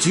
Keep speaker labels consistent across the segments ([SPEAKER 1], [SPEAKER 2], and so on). [SPEAKER 1] 主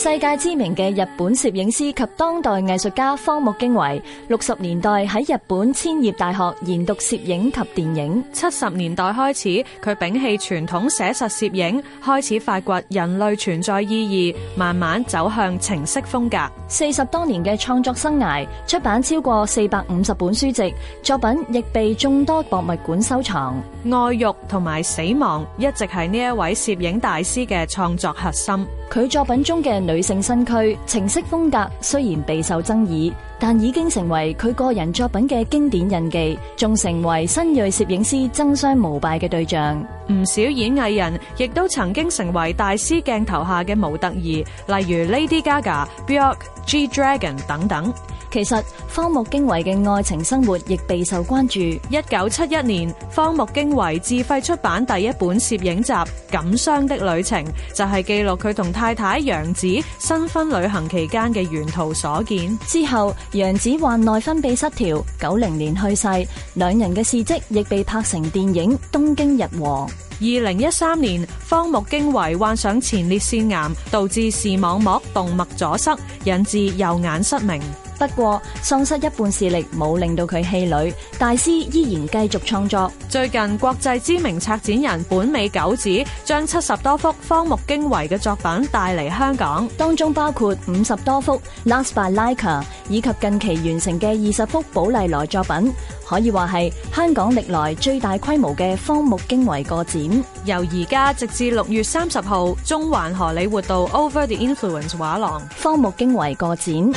[SPEAKER 2] 世界知名嘅日本攝影師及當代藝術家荒木經惟，六十年代喺日本千葉大學研讀攝影及電影。
[SPEAKER 3] 七十年代開始，佢摒棄傳統寫實攝影，開始發掘人類存在意義，慢慢走向情色風格。
[SPEAKER 2] 四十多年嘅創作生涯，出版超過四百五十本書籍，作品亦被眾多博物館收藏。
[SPEAKER 3] 愛欲同埋死亡一直係呢一位攝影大師嘅創作核心。
[SPEAKER 2] 佢作品中嘅女性身軀、情色風格雖然備受爭議，但已經成為佢個人作品嘅經典印記，仲成為新銳攝影師爭相膜拜嘅對象。
[SPEAKER 3] 唔少演藝人亦都曾經成為大師鏡頭下嘅模特兒，例如 Lady Gaga、Bjork、G Dragon 等等。
[SPEAKER 2] 其實荒木經惟嘅愛情生活亦備受關注。
[SPEAKER 3] 一九七一年，荒木經惟自費出版第一本攝影集《感傷的旅程》，就係、是、記錄佢同太太洋子新婚旅行期間嘅沿途所見。
[SPEAKER 2] 之後，洋子患內分泌失調，九零年去世，兩人嘅事蹟亦被拍成電影《東京日和》。
[SPEAKER 3] 二零一三年，荒木經惟患上前列腺癌，導致視網膜動脈阻塞，引致右眼失明。
[SPEAKER 2] 不過，喪失一半視力冇令到佢氣餒，大師依然繼續創作。
[SPEAKER 3] 最近，國際知名策展人本美久子將七十多幅荒木經惟嘅作品帶嚟香港，
[SPEAKER 2] 當中包括五十多幅 Last by Leica 以及近期完成嘅二十幅寶麗來作品，可以話係香港歷來最大規模嘅荒木經惟個展。
[SPEAKER 3] 由而家直至六月三十號，中環荷里活道 Over the Influence 畫廊，
[SPEAKER 2] 荒木經惟個展。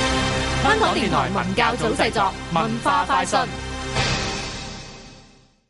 [SPEAKER 4] 香港電台文教組製作，文化快訊。